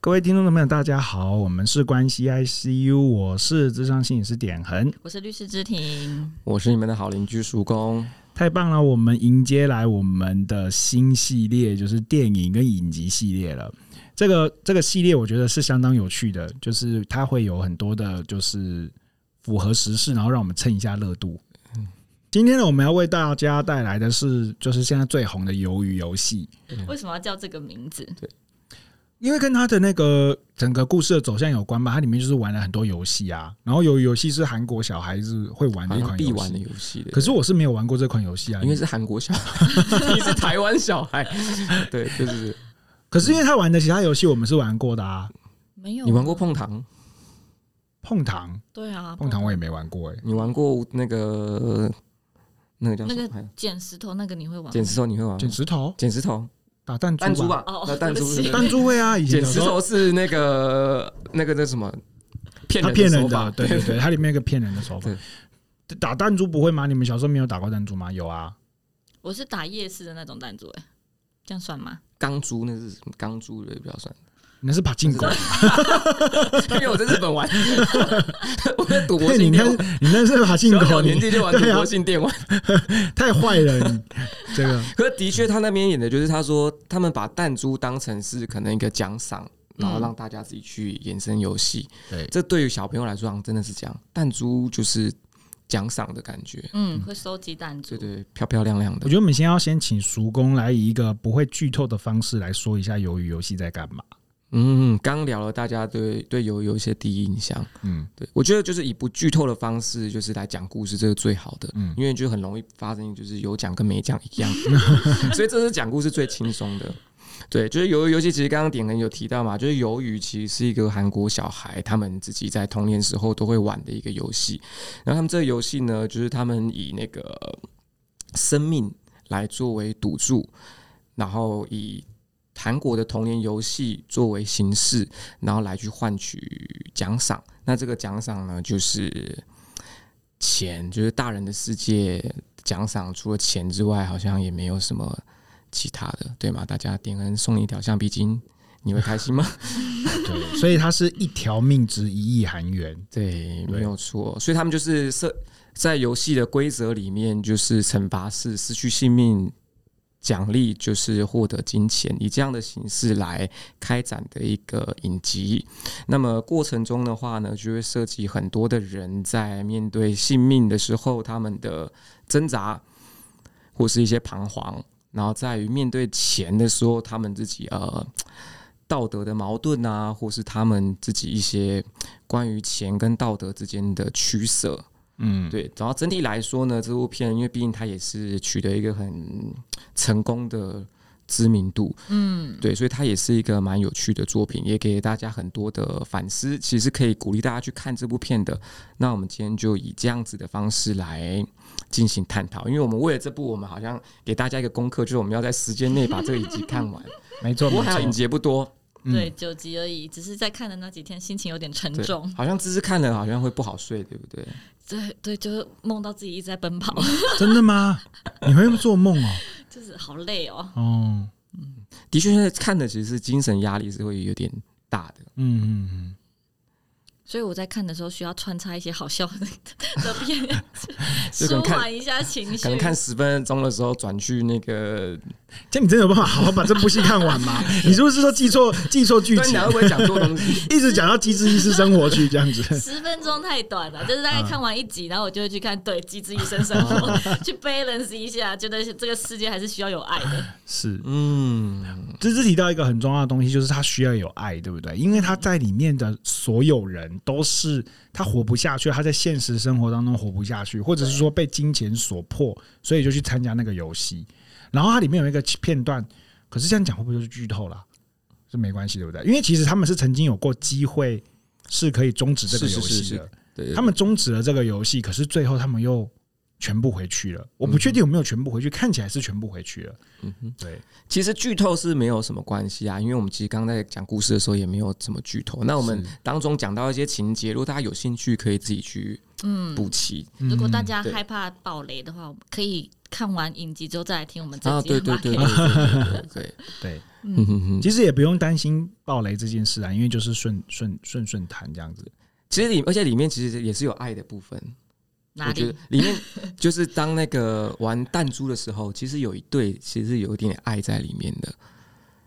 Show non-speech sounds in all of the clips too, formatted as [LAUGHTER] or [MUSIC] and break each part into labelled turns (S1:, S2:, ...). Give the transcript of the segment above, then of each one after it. S1: 各位听众朋友，大家好，我们是关系 ICU，我是智商心理师点恒，
S2: 我是律师之庭，
S3: 我是你们的好邻居叔公。
S1: 太棒了！我们迎接来我们的新系列，就是电影跟影集系列了。这个这个系列我觉得是相当有趣的，就是它会有很多的，就是符合时事，然后让我们蹭一下热度。今天呢，我们要为大家带来的是，就是现在最红的《鱿鱼游戏》，
S3: 嗯
S2: 为什么要叫这个名字？
S1: 因为跟它的那个整个故事的走向有关吧。它里面就是玩了很多游戏啊，然后鱿鱼游戏是韩国小孩子会玩的
S3: 好
S1: 一啊
S3: 像
S1: 款
S3: 必
S1: 游
S3: 玩的
S1: 戏。
S3: 游戏的，
S1: 可是我是没有玩过这款游戏啊，
S3: 因为是韩国小孩，
S1: [LAUGHS]
S3: 你是台湾小孩，对，就是
S1: 可是因为他玩的其他游戏我们是玩过的啊，
S2: 没有啊
S3: 你玩过？碰糖，
S1: 碰糖，
S2: 对啊，
S1: 碰糖我也没玩过哎、
S3: 你玩过那个那个叫
S2: 那
S3: 什
S2: 个
S3: 么？哎
S2: 捡石头那个你会玩吗？
S3: 剪石头你会玩
S1: 捡
S3: 吗？
S1: 石头
S3: 剪石头，
S1: 打弹
S3: 弹珠
S1: 吧，
S3: 吧
S2: 哦，
S3: 那弹珠
S2: 对不起
S3: 是
S1: 弹珠位啊，以前
S3: 剪
S1: 小
S3: 石
S1: 时候
S3: 头是那个那个那什么骗
S1: 他
S3: 人
S1: 骗
S3: 手
S1: 人
S3: 法
S1: 的，，对对
S3: [LAUGHS]
S1: 对，它里面有一个骗人的手法
S3: 对。
S1: 打弹珠不会吗？你们小时候没有打过弹珠吗？有啊，
S2: 我是打夜市的那种弹珠，哎，这样算吗？
S3: 钢珠那是什么钢珠的比较算， [LAUGHS]
S1: 那是把进狗，
S3: 因为我在日本玩， [LAUGHS] 我在赌博
S1: 对， [LAUGHS] 哎你
S3: 性
S1: 那
S3: 电
S1: 是
S3: 玩，
S1: 你那是把进
S3: 小
S1: 狗，
S3: 小年
S1: 你
S3: 纪就玩赌
S1: 对啊
S3: 博，性电玩。
S1: 太坏了，你这
S3: [LAUGHS]
S1: 个
S3: 可的确，他那边演的就是他说他们把弹珠当成是可能一个奖赏，然
S1: 嗯
S3: 后让大家自己去延伸游戏。
S1: 对
S3: 这对于小朋友来说，好像真的是这样，弹珠就是奖赏的感觉，
S2: 嗯，会收集弹珠
S3: 对。对，漂漂亮亮
S1: 我
S3: 的
S1: 觉。得我们先要先请叔公来以一个不会剧透的方式来说一下鱿鱼游戏在干嘛。
S3: 嗯，刚聊了大家对对游有一些第一印象，
S1: 嗯
S3: 对我觉得就是以不剧透的方式，就是来讲故事，这是最好的。
S1: 嗯，
S3: 因为就很容易发生，就是有讲跟没讲一样，所以这是讲故事最轻松的。对，就是鱿鱼游戏，其实刚刚点人有提到嘛，就是鱿鱼其实是一个韩国小孩他们自己在童年时候都会玩的一个游戏。然后他们这个游戏呢，就是他们以那个呃生命来作为赌注，然后以韩国的童年游戏作为形式，然后来去换取奖赏。那这个奖赏呢，就是钱，就是大人的世界奖赏，除了钱之外，好像也没有什么其他的，对吗？大家点恩送你一条橡皮筋，你会开心吗？
S1: 对，所以它是一条命值一亿韩元。
S3: 对，
S1: 对
S3: 没有错。所以他们就是设在游戏的规则里面，就是惩罚是失去性命，奖励就是获得金钱，以这样的形式来开展的一个影集。那么过程中的话呢，就会涉及很多的人在面对性命的时候，他们的挣扎或是一些彷徨，然后在于面对钱的时候，他们自己呃。道德的矛盾啊，或是他们自己一些关于钱跟道德之间的取舍。
S1: 嗯，
S3: 对，然后整体来说呢，这部片因为毕竟它也是取得一个很成功的知名度，
S2: 嗯，
S3: 对，所以它也是一个蛮有趣的作品，也给大家很多的反思。其实可以鼓励大家去看这部片的。那我们今天就以这样子的方式来进行探讨，因为我们为了这部，我们好像给大家一个功课，就是我们要在时间内把这个影集看
S2: [LAUGHS]
S3: 完。
S1: 没错，
S3: 不过
S1: 没
S3: 还好影
S1: 错。
S3: 集也不多，
S1: 嗯
S2: 对，九集而已，只是在看的那几天心情有点沉
S3: 对
S2: 重，，
S3: 好像只是看了好像会不好睡，对不对？嗯
S2: 对对，就是梦到自己一直在奔跑，
S1: 真的吗？你会做梦哦？
S2: [LAUGHS] 就是好累哦。
S1: 哦，
S3: 的确，现在看的其实是精神压力是会有点大的。
S1: 嗯嗯嗯。
S2: 所以我在看的时候需要穿插一些好笑的 [LAUGHS] 的片，
S3: [LAUGHS] 就可
S2: 舒
S3: 能看
S2: 缓一下情绪。
S3: 可能看十分钟的时候转去那个，
S1: 这样你真的有办法好好把这部戏看完吗？你是不是说记错记错剧
S3: 对，你
S1: 情
S3: 还，会不会讲错东西？
S1: 一直讲到《机智医师生活》去这样子？
S2: 十分钟太短
S3: 啊
S2: 了，就是大概看完一集，然后我就会去看对《机智医生生活》，
S3: 啊
S2: [LAUGHS] 去 balance 一下，觉得这个世界还是需要有爱的。
S1: 是，
S3: [LAUGHS] 嗯，
S1: 这是提到一个很重要的东西，就是他需要有爱，对不对？因为他在里面的所有人都是他活不下去，他在现实生活当中活不下去，或者是说被金钱所迫，所以就去参加那个游戏。然后它里面有一个片段，可是这样讲会不会就是剧透啦？是没关系，对不对？因为其实他们是曾经有过机会是可以终止这个
S3: 是
S1: 游
S3: 是是
S1: 戏
S3: 是
S1: 的，
S3: 对，
S1: 他们终止了这个游戏，可是最后他们又全部回去了。我不确定有没有全部回去，看起来是全部回去了。
S3: 嗯哼
S1: 对，
S3: 其实剧透是没有什么关系啊，因为我们其实刚在讲故事的时候也没有怎么剧透。那我们
S1: 是
S3: 当中讲到一些情节，如果大家有兴趣，可以自己去嗯补齐。
S2: 如果大家
S3: 对
S2: 害怕暴雷的话，可以看完影集之后再来听我们这
S3: 啊，
S2: 集嘛，
S3: 对对对
S2: 可
S3: 对
S2: 以
S3: 对对对，
S1: 对，
S3: 嗯哼哼。
S1: 其实也不用担心暴雷这件事啊，因为就是顺顺顺顺谈这样子。
S3: 其实里而且里面其实也是有爱的部分，
S2: 哪
S3: 我觉
S2: 里
S3: 得？里面就是当那个玩弹珠的时候，其实有一对其实有一点点爱在里面的，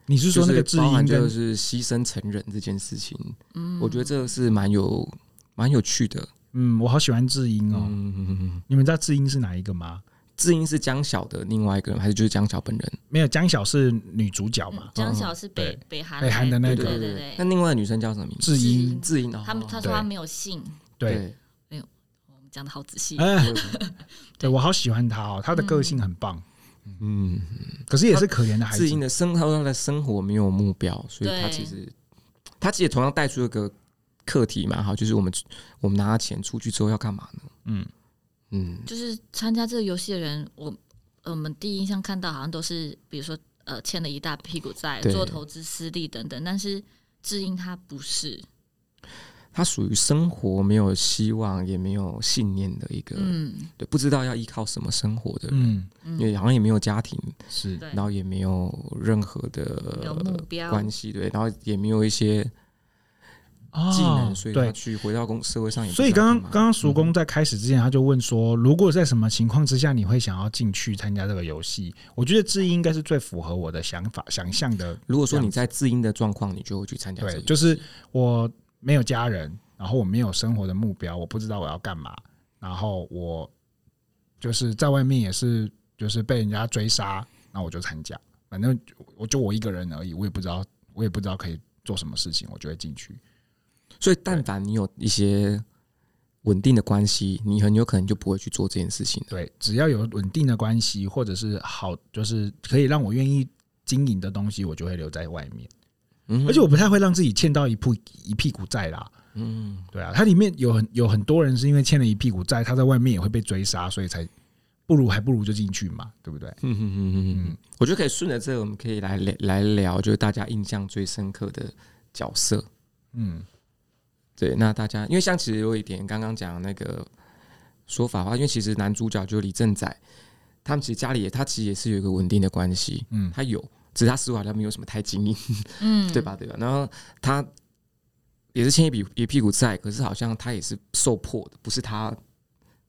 S1: 你是说那个
S3: 就是
S1: 知
S3: 包含
S1: 音
S3: 就
S1: 跟
S3: 是牺牲成人这件事情，
S2: 嗯
S3: 我觉得这个是蛮有蛮有趣的。
S1: 嗯，我好喜欢智英哦。
S3: 嗯嗯嗯嗯，
S1: 你们知道智英是哪一个吗？
S3: 智英是江晓的另外一个人，还是就是江晓本人？
S1: 没有，江晓是女主角嘛
S3: 啊
S2: 嗯？江晓是北
S1: 对
S2: 北韩
S1: 北韩的那个
S2: 对对
S3: 那
S2: 对，
S3: 另外的女生叫什么名字？
S1: 智
S2: 智
S1: 英
S2: 英，
S3: 嗯智英哦，
S2: 他们他
S1: 对
S2: 说他没有姓，
S1: 对，
S2: 我们讲的好仔细，
S1: [LAUGHS] 哎，对
S2: 对
S1: 我好喜欢她哦，她的个性很棒，
S3: 嗯，
S1: 可是也是可怜的孩子
S3: 智。英的生，他说他的生活没有目标，所以
S2: 对
S3: 他其实他其实也同样带出一个课题嘛，哈，就是我们我们拿钱出去之后要干嘛呢？
S1: 嗯，
S3: 嗯，
S2: 就是参加这个游戏的人，我呃我们第一印象看到好像都是比如说呃欠了一大屁股债，
S3: 对
S2: 做投资失利等等，但是智英他不是，
S3: 他属于生活没有希望也没有信念的一个，
S2: 嗯
S3: 对，不知道要依靠什么生活的人，
S1: 嗯，
S2: 嗯，
S3: 因为好像也没有家庭，
S1: 是
S2: 对
S3: 然后也没有任何的
S2: 没有目标，
S3: 关系，对，然后也没有一些技能，
S1: 哦
S3: 所以他
S1: 对。
S3: 去回到公社会上也不知
S1: 所
S3: 道
S1: 以刚刚
S3: 干嘛嗯
S1: 刚刚叔公在开始之前，他就问说，如果在什么情况之下你会想要进去参加这个游戏？我觉得智英应该是最符合我的想法想象的
S3: 如果说你在自音的状况，你就会去参加这
S1: 对，
S3: 个。
S1: 就是我没有家人，然后我没有生活的目标，我不知道我要干嘛，然后我就是在外面也是就是被人家追杀，那我就参加，反正我就我一个人而已，我也不知道我也不知道可以做什么事情，我就会进去。
S3: 所以但凡你有一些稳定的关系，你很有可能就不会去做这件事情的。
S1: 对，只要有稳定的关系或者是好，就是可以让我愿意。经营的东西，我就会留在外面，
S3: 嗯
S1: 而且我不太会让自己欠到一屁一屁股债啦。
S3: 嗯，
S1: 对啊，它里面有很有很多人是因为欠了一屁股债，他在外面也会被追杀，所以才不如还不如就进去嘛，对不对？
S3: 嗯嗯嗯
S1: 嗯
S3: 嗯，我觉得可以顺着这个，我们可以来聊来聊，就是大家印象最深刻的角色。
S1: 嗯，
S3: 对，那大家因为像其实有一点刚刚讲那个说法话，因为其实男主角就李正宰，他们其实家里也他其实也是有一个稳定的关系，
S1: 嗯
S3: 他有，只是他似乎好像没有什么太经营。
S2: 嗯，
S3: 对吧？？对吧？然后他也是欠一笔一屁股债，可是好像他也是受迫的，不是他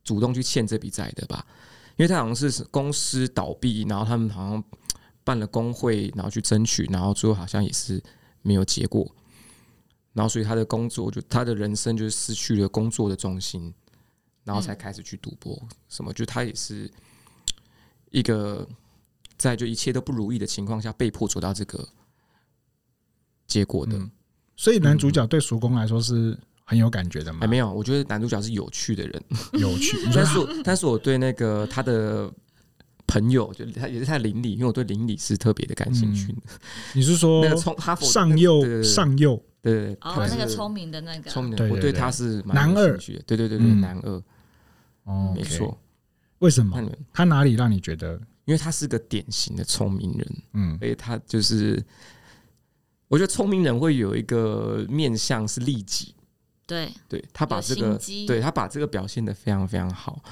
S3: 主动去欠这笔债的吧？因为他好像是公司倒闭，然后他们好像办了工会，然后去争取，然后最后好像也是没有结果，然后所以他的工作就他的人生就是失去了工作的重心，然后才开始去赌博，什么就他也是一个在就一切都不如意的情况下被迫走到这个结果的。
S1: 嗯所以男主角对叔公来说是很有感觉的嘛
S3: 哎还，没有，我觉得男主角是有趣的人，
S1: 有趣。你说
S3: [LAUGHS] 但是我但是我对那个他的朋友，就他也是他的邻里，因为我对邻里是特别的感兴趣的。
S1: 你是说
S3: 那个冲哈
S1: 嗯
S3: 佛
S1: 哦上
S3: 对对
S1: 右
S3: 对
S1: 上右
S3: 对对对，
S2: 哦
S3: 他，
S2: 那个
S3: 是
S2: 聪明的那个，
S3: 聪明
S1: 对
S3: 的，
S1: 对
S3: 我对
S1: 对
S3: 他是蛮
S1: 男
S3: 有
S1: 二
S3: 兴趣的，对对对对，
S1: 嗯
S3: 男二
S1: 哦，
S3: 嗯没
S1: OK
S3: 错。嗯
S1: 为什么
S3: 那你们，
S1: 他哪里让你觉得
S3: 因为他是个典型的聪明人，
S1: 嗯
S3: 而且他就是，我觉得聪明人会有一个面相是利己，
S2: 对，
S3: 对他把
S2: 有
S3: 这
S2: 心
S3: 个
S2: 机
S3: 对他把这个表现的非常非常好，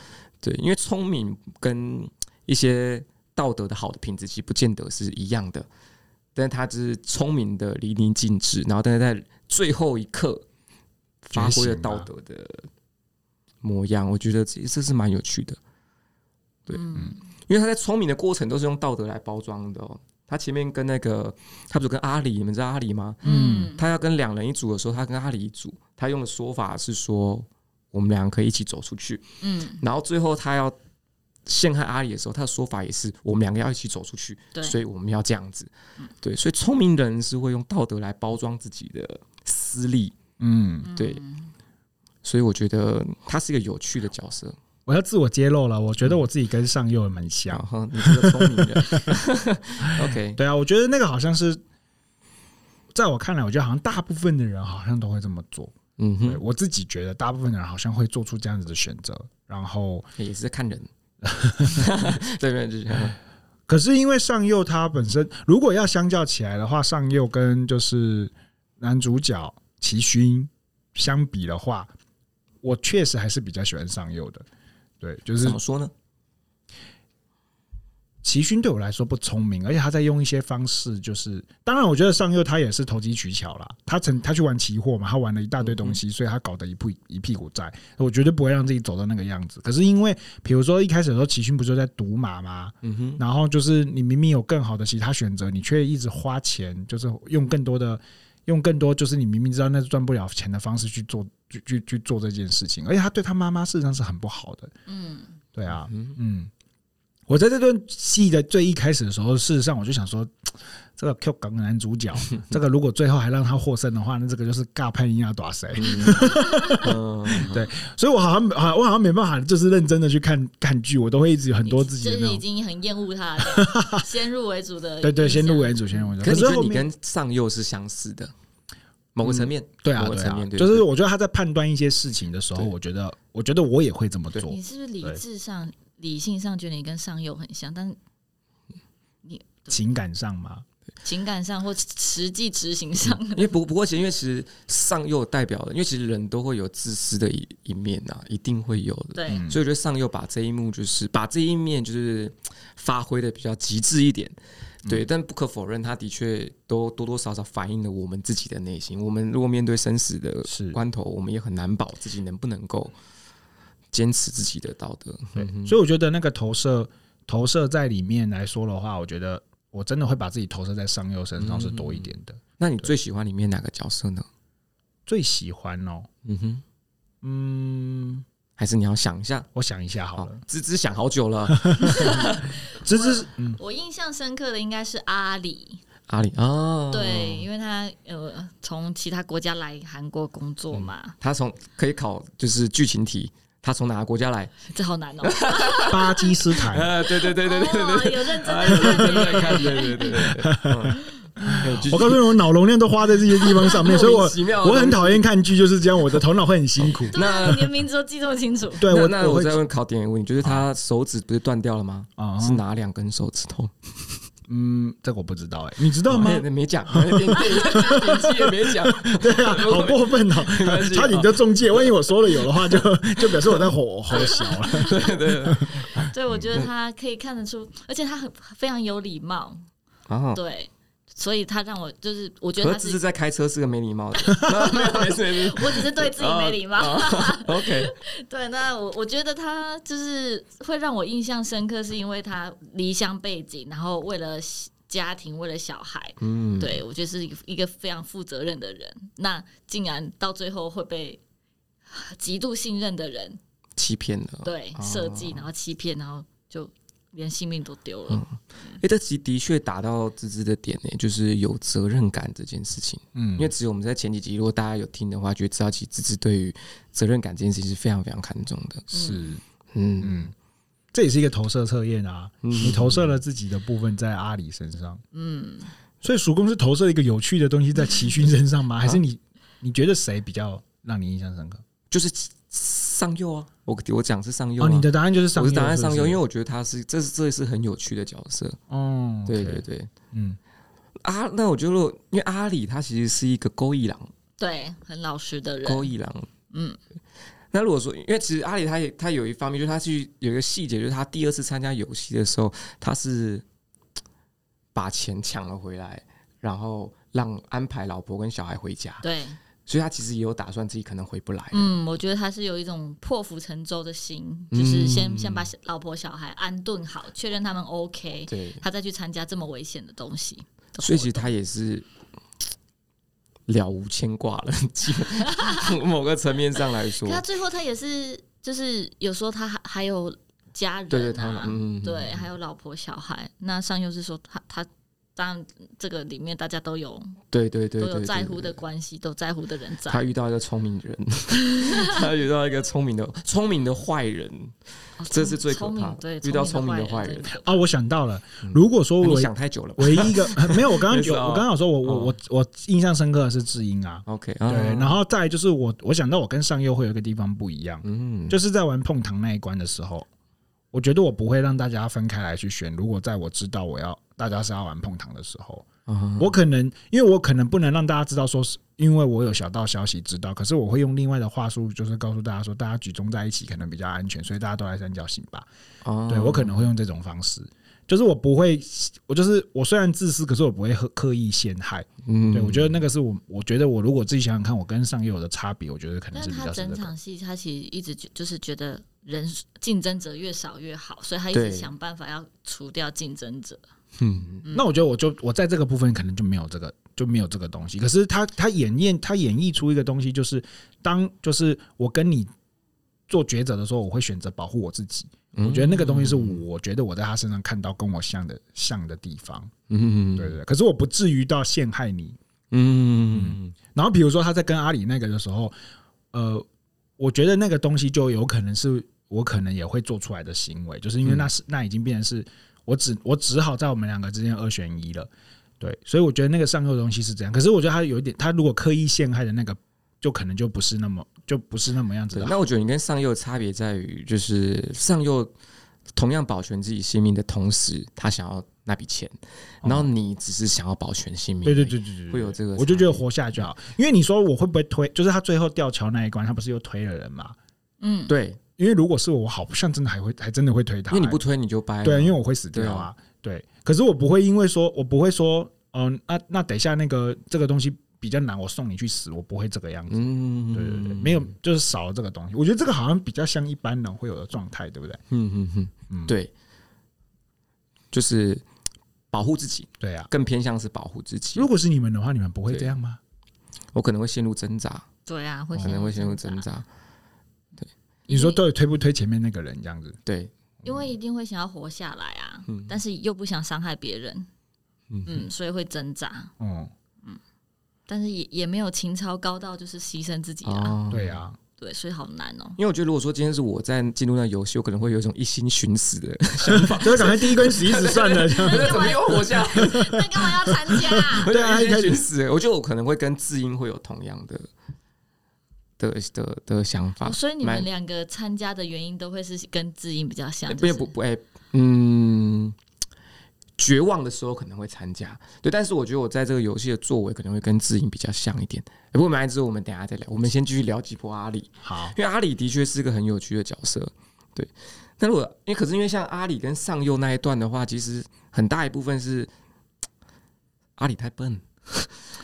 S3: 对，因为聪明跟一些道德的好的品质其实不见得是一样的，但是他只是聪明的淋漓尽致，然后但是在最后一刻发挥了道德的模样，我觉得这这是蛮有趣的，对
S2: 嗯，
S3: 因为他在聪明的过程都是用道德来包装的哦。他前面跟那个，他不是跟阿里，你们知道阿里吗？
S1: 嗯
S2: 嗯，
S3: 他要跟两人一组的时候，他跟阿里一组，他用的说法是说我们俩可以一起走出去。
S2: 嗯，
S3: 然后最后他要陷害阿里的时候，他的说法也是我们两个要一起走出去，
S2: 对，
S3: 所以我们要这样子。对，所以聪明人是会用道德来包装自己的私利。
S1: 嗯？
S3: 对，所以我觉得他是一个有趣的角色。
S1: 我要自我揭露了，我觉得
S3: 嗯
S1: 我自己跟上右蛮像
S3: 然。后你是个聪明人，OK，
S1: 对啊，我觉得那个好像是，在我看来，我觉得好像大部分的人好像都会这么做。
S3: 嗯
S1: 对
S3: 哼，
S1: 我自己觉得，大部分的人好像会做出这样子的选择。然后，
S3: 也是在看
S1: [LAUGHS]
S3: 人。对对对，
S1: 可是因为上右他本身，如果要相较起来的话，上右跟就是男主角齐勋相比的话，我确实还是比较喜欢上右的。对，就是
S3: 怎么说呢？
S1: 齐勋对我来说不聪明，而且他在用一些方式，就是当然，我觉得上佑他也是投机取巧啦。他曾他去玩期货嘛，他玩了一大堆东
S3: 嗯
S1: 西，所以他搞得一屁一屁股债。我绝对不会让自己走到那个样子。可是因为比如说一开始的时候，齐勋不就在赌马吗？
S3: 嗯哼，
S1: 然后就是你明明有更好的其他选择，你却一直花钱，就是用更多的。用更多就是你明明知道那是赚不了钱的方式去做，去去去做这件事情，而且他对他妈妈事实上是很不好的，
S2: 嗯，
S1: 对啊，
S3: 嗯
S1: 嗯，我在这段戏的最一开始的时候，事实上我就想说，这个 Q 港男主
S3: [LAUGHS]
S1: 角，这个如果最后还让他获胜的话，那这个就是尬潘尼亚打谁？ [LAUGHS]
S3: 嗯，
S1: 对所以我好像好，我好像没办法，就是认真的去看看剧，我都会一 [LAUGHS] 直有很多自己
S2: 就
S1: 的
S2: 是
S1: 那
S2: 已
S1: 种。
S2: 经很厌恶他
S3: [LAUGHS]
S2: 了，先入为主的，
S1: 对对，先入为主，先入为主。
S3: 可是
S1: 是
S3: 你觉得
S1: 后
S3: 你
S1: 面
S3: 跟上右是相似的，某个层面，
S1: 对啊
S3: 某个
S1: 对
S3: 层
S1: 啊
S3: 面，，对
S1: 就是我觉得他在判断一些事情的时候，
S3: 对
S1: 我觉得我觉得我也会这么做
S2: 你。是不是理智上、理性上觉得你跟上游很像，但
S1: 情感上嘛，
S2: 情感上或实际执行上，
S3: 因为不不过，其实因为其实上右代表了，因为其实人都会有自私的一一面呐、一定会有的。
S2: 对，
S1: 嗯
S3: 所以我觉得上右把这一幕就是把这一面就是发挥的比较极致一点，对。但不可否认，他的确都多多少少反映了我们自己的内心。我们如果面对生死的
S1: 是
S3: 关头，我们也很难保自己能不能够坚持自己的道德。
S1: 对
S3: 嗯，哼
S1: 所以我觉得那个投射投射在里面来说的话，我觉得我真的会把自己投射在上右身上是多一点的。
S3: 那你最喜欢里面哪个角色呢？
S1: 最喜欢哦，
S3: 嗯哼，
S1: 嗯，
S3: 还是你要想一下。
S1: 我想一下好
S3: 好
S1: 了，，
S3: 芝芝想好久了，
S1: 芝芝，嗯，
S2: 我印象深刻的应该是阿里，
S3: 阿里啊，
S2: 对，因为他呃从其他国家来韩国工作嘛，
S3: 他从可以考就是剧情题，他从哪个国家来？
S2: 这好难哦。
S1: 巴基斯
S3: [LAUGHS]
S1: 坦，
S3: 呃，对对 [LAUGHS] 对对对对对，
S2: 哦，有认真
S3: 哎
S2: 的
S3: 有认真
S2: 看
S3: 在 [LAUGHS]
S2: 耶。
S3: 看，对对对对对。嗯 [LAUGHS] 哎继续
S1: 我告诉你，我脑容量都花在这些地方上面，
S3: [LAUGHS]
S1: 所以
S3: 莫
S1: 我
S3: 名其妙的
S1: 我很讨厌看剧，就是这样，我的头脑会很辛苦。
S2: 对啊，你的名字都记这么清楚，
S1: 对
S3: 那
S1: 我，
S3: 那我
S1: 会
S3: 再问考点一个问题，就是他手指不是断掉了吗？
S1: 啊，
S3: 是哪两根手指头？
S1: 嗯，这个我不知道，哎，你知道吗
S3: 哎？没讲， [LAUGHS] 电电影剧也没讲。 [LAUGHS]
S1: [LAUGHS] 对啊，好过分哦
S3: 关系，
S1: 差点就中介，万一我说了有的话，就就表示我在吼
S3: [LAUGHS]
S1: 吼小了。
S3: 对对对
S2: 对我觉得他可以看得出，而且他很非常有礼貌，
S3: 啊，
S2: 对，所以他让我就是，我觉
S3: 可
S2: 得
S3: 是
S2: 他
S3: 芝
S2: 是
S3: 芝在开车是个没礼貌的，没有 [LAUGHS] 没事没事，
S2: 我只是对自己没礼貌。
S3: 啊。OK，
S2: 对，那我我觉得他就是会让我印象深刻，是因为他离乡背景，然后为了家庭，为了小孩，
S3: 嗯，
S2: 对我觉得是一个一个非常负责任的人。那竟然到最后会被极度信任的人
S3: 欺骗了。
S2: 对
S3: 哦
S2: 设计，然后欺骗，然后就连性命都丢了。嗯
S3: 哎、这其实的确打到芝芝的点呢、就是有责任感这件事情。
S1: 嗯
S3: 因为只有我们在前几集，如果大家有听的话，就会知道其实芝芝对于责任感这件事情是非常非常看重的。
S1: 是。
S3: 嗯，
S1: 嗯，这也是一个投射测验啊，
S3: 嗯
S1: 你投射了自己的部分在阿里身上，
S2: 嗯，
S1: 所以曙光是投射了一个有趣的东西在齐勋身上吗？还是你你觉得谁比较让你印象深刻？
S3: 就是上右啊，我我讲是上右、
S1: 哦，
S3: 啊。
S1: 你的答案就是上
S3: 我
S1: 右，
S3: 是答案上右，因为
S1: 为
S3: 我觉得他是这是这是很有趣的角色，
S1: 哦，
S3: 对
S1: OK，
S3: 对对。
S1: 嗯，
S3: 啊，那我觉得如果，因为阿里他其实是一个勾一郎，
S2: 对，很老实的
S3: 勾
S2: 人，
S3: 一郎。
S2: 嗯，
S3: 那如果说，因为其实阿里他也他有一方面，就是他去有一个细节，就是他第二次参加游戏的时候，他是嘖把钱抢了回来，然后让安排老婆跟小孩回家，
S2: 对，
S3: 所以他其实也有打算自己可能回不来。
S2: 嗯，我觉得他是有一种破釜沉舟的心，就是先、
S3: 嗯
S2: 先把小老婆小孩安顿好，确认他们 OK，
S3: 对，
S2: 他再去参加这么危险的东西的活动。
S3: 所以其实他也是嘖了无牵挂了， [LAUGHS] 基本某个层面上来说
S2: 可，他最后他也是，就是有时候他还还有家人、啊，
S3: 对对，他嗯，
S2: 对还有老婆小孩。那上佑是说他他。当然，这个里面大家都有
S3: 对对对
S2: 都
S3: 对，
S2: 有
S3: 对
S2: 在乎的关系，都在乎的人在。
S3: 他遇到一个聪明人， [LAUGHS] 他遇到一个聪明的聪明的坏人，
S2: 哦
S3: 这是最可
S2: 聪
S3: 怕
S2: 明，对，
S3: 遇到聪明的坏
S2: 人
S3: 人
S2: 真的。
S1: 哦，我想到了，如果说
S3: 那
S1: 我
S3: 嗯哎你想太久了吧
S1: 唯一一
S3: [LAUGHS]
S1: 个没有，我刚刚
S3: 没事
S1: 有
S3: 啊
S1: 我刚刚有说我我我我印象深刻的是智英啊，
S3: ？OK，
S1: 对，然
S3: 后
S1: 后再来就是我我想到我跟上右会有一个地方不一样，
S3: 嗯，
S1: 就是在玩碰糖那一关的时候，我觉得我不会让大家分开来去选。如果在我知道我要大家是要玩碰糖的时候，
S3: 嗯
S1: 我可能因为我可能不能让大家知道说是因为我有小道消息知道，可是我会用另外的话术，就是告诉大家说大家集中在一起可能比较安全，所以大家都来三角形吧。
S3: 哦
S1: 对我可能会用这种方式。就是我不会，我就是我虽然自私，可是我不会刻刻意陷害。
S3: 嗯，
S1: 对我觉得那个是我，我觉得我如果自己想想看，我跟上游的差别，我觉得可能
S2: 但
S1: 是比
S2: 他
S1: 较深
S2: 整
S1: 的。
S2: 场戏，他其实一直觉就是觉得人竞争者越少越好，所以他一直
S3: 对
S2: 想办法要除掉竞争者。
S3: 嗯，
S1: 那我觉得我就我在这个部分可能就没有这个就没有这个东西。可是他他演绎他演绎出一个东西，就是当就是我跟你做抉择的时候，我会选择保护我自己。
S3: 嗯
S1: 我觉得那个东西是我觉得我在他身上看到跟我像的像的地方，
S3: 嗯，嗯
S1: 对对对。可是我不至于到陷害你。
S3: 嗯，
S1: 然后比如说他在跟阿里那个的时候，呃，我觉得那个东西就有可能是我可能也会做出来的行为，就是
S3: 嗯
S1: 因为那是那已经变成是我只我只好在我们两个之间二选一了，对，所以我觉得那个上钩的东西是这样。可是我觉得他有一点，他如果刻意陷害的那个，就可能就不是那么就不是那么样子
S3: 对
S1: 的。。
S3: 那我觉得你跟上右的差别在于，就是上右同样保全自己性命的同时，他想要那笔钱，然后你只是想要保全性命。
S1: 哦对对对对对，对
S3: 会有这个
S1: 我就觉得活下来就好。因为你说我会不会推，就是他最后吊桥那一关，他不是又推了人嘛？
S2: 嗯，
S3: 对，
S1: 因为如果是我，我好像真的还会还真的会推他、
S3: 因为你不推你就掰了。
S1: 对，因为我会死掉啊。哎对，可是我不会因为说，我不会说，嗯、那那等一下那个这个东西比较难，我送你去死，我不会这个样子。
S3: 嗯，
S1: 对对对，没有，就是少了这个东西。我觉得这个好像比较像一般人会有的状态，对不对？
S3: 嗯嗯
S1: 嗯
S3: 嗯，对，就是保护自己，
S1: 对啊。
S3: 更偏向是保护自己
S1: 如。果是你们的话，你们不会这样吗？
S3: 我可能会陷入挣扎，
S2: 对啊，会
S3: 哦可能会陷
S1: 哦
S3: 入挣
S2: 扎，
S3: 扎。
S1: 你说对，推不推前面那个人这样子？
S3: 对，
S2: 因为一定会想要活下来啊，
S3: 嗯
S2: 但是又不想伤害别人，
S3: 嗯
S2: 嗯，所以会挣扎，
S1: 嗯，
S2: 但是也也没有情操高到就是牺牲自己啊，
S3: 哦
S1: 对啊，
S2: 对，所以好难哦、 [LAUGHS]
S3: 因为我觉得，如果说今天是我在进入那个游戏，我可能会有一种一心寻死的，
S1: 就是赶快第一根死一死算了。这样
S3: [LAUGHS] 怎么又活下来？ [LAUGHS]
S2: 那干嘛要参加？
S1: 对啊
S3: 我就
S1: 一
S3: 一
S1: 开
S3: 心
S1: 始
S3: 寻死。我觉得我可能会跟智英会有同样的的的的想法
S2: 哦，所以你
S3: 蛮
S2: 们两个参加的原因都会是跟智英比较像，
S3: 不
S2: 就是
S3: 不不，哎、嗯，绝望的时候可能会参加，对，但是我觉得我在这个游戏的作为可能会跟智英比较像一点。哎不过没关系，之后我们等一下再聊，我们先继续聊几波阿里，
S1: [LAUGHS] 好，
S3: 因为阿里的确是个很有趣的角色，对。那如果因为可是因为像阿里跟上右那一段的话，其实很大一部分是阿里太笨，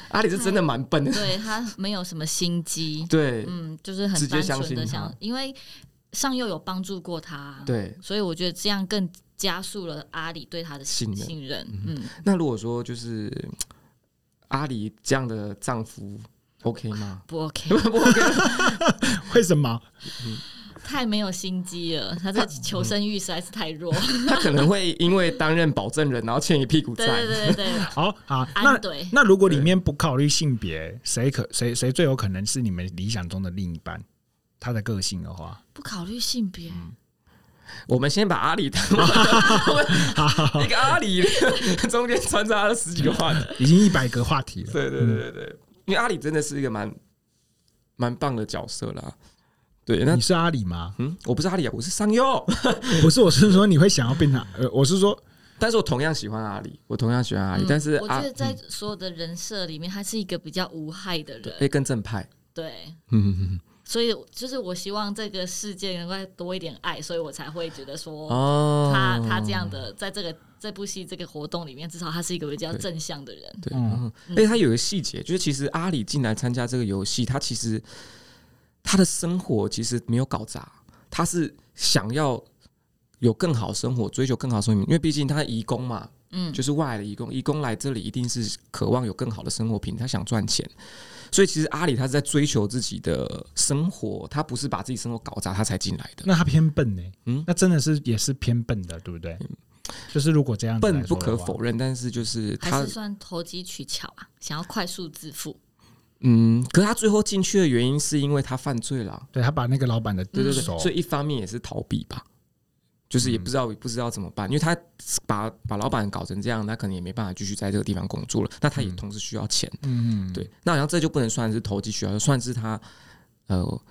S3: 阿里是真的蛮笨的，
S2: 对他没有什么心机，
S3: [LAUGHS] 对
S2: 嗯，就是
S3: 直
S2: 很
S3: 接
S2: 单
S3: 相
S2: 纯的
S3: 信他
S2: 想，因为上佑有帮助过他，，
S3: 对。
S2: 所以我觉得这样更加速了阿里对他的
S3: 信任
S2: 信任，嗯，
S3: 那如果说就是阿里这样的丈夫，OK 吗？
S2: 不 OK，
S3: 不 OK，
S1: 为什么？
S2: 太没有心机了，他这求生欲实在是太
S3: [LAUGHS]
S2: 弱，
S3: 他可能会因为担任保证人，然后欠一屁股
S2: 对
S3: 债。
S2: 对对对对， [LAUGHS]
S1: 好好，那
S2: 安怼
S1: 那如果里面不考虑性别，谁可谁谁最有可能是你们理想中的另一半？他的个性的话，
S2: 不考虑性别，
S3: 嗯我们先把阿里当
S2: [LAUGHS]
S3: 一个阿里， [LAUGHS] 中间穿插了十几个话题。
S1: 已经一百个话题了。
S3: 对对对对对，因为阿里真的是一个蛮蛮棒的角色啦。对，那
S1: 你是阿里吗？
S3: 嗯，我不是阿里啊，我是商佑，
S1: 不是，我是说你会想要变成呃，我是说
S3: 但是我同样喜欢阿里，我同样喜欢阿里，但
S2: 嗯
S3: 是啊嗯
S2: 我
S3: 阿
S2: 觉得在所有的人设里面，他是一个比较无害的人，
S3: 哎更正派，
S2: 对。
S3: 嗯嗯嗯
S2: 所以就是我希望这个世界能够多一点爱，所以我才会觉得说
S3: 哦，
S2: 他、他这样的在这个这部戏这个活动里面，至少他是一个比较正向的人。
S3: 对，
S1: 嗯
S3: 嗯，而且他有个细节，就是其实阿里进来参加这个游戏，他其实他的生活其实没有搞砸，他是想要有更好生活，追求更好生活，因为毕竟他移工嘛，
S2: 嗯，
S3: 就是外来的移工，移工来这里一定是渴望有更好的生活品，他想赚钱。所以其实阿里他是在追求自己的生活，他不是把自己生活搞砸他才进来的。
S1: 那他偏笨呢、
S3: 嗯
S1: 那真的是也是偏笨的，对不对？就是如果这样子
S3: 笨
S1: 来
S3: 不
S1: 说的
S3: 可
S1: 话
S3: 否认，但是就是
S2: 还
S3: 他
S2: 是算投机取巧啊，想要快速致富。
S3: 嗯，可是他最后进去的原因是因为他犯罪了。
S1: 对他把那个老板的
S3: 对对对，
S1: 手
S3: 所以一方面也是逃避吧，就是
S1: 嗯
S3: 也不知道、不知道怎么办，因为他把把老板搞成这样，他可能也没办法继续在这个地方工作了。那他也同时需要钱，
S1: 嗯，
S3: 对，那好像这就不能算是投机取巧，算是他呃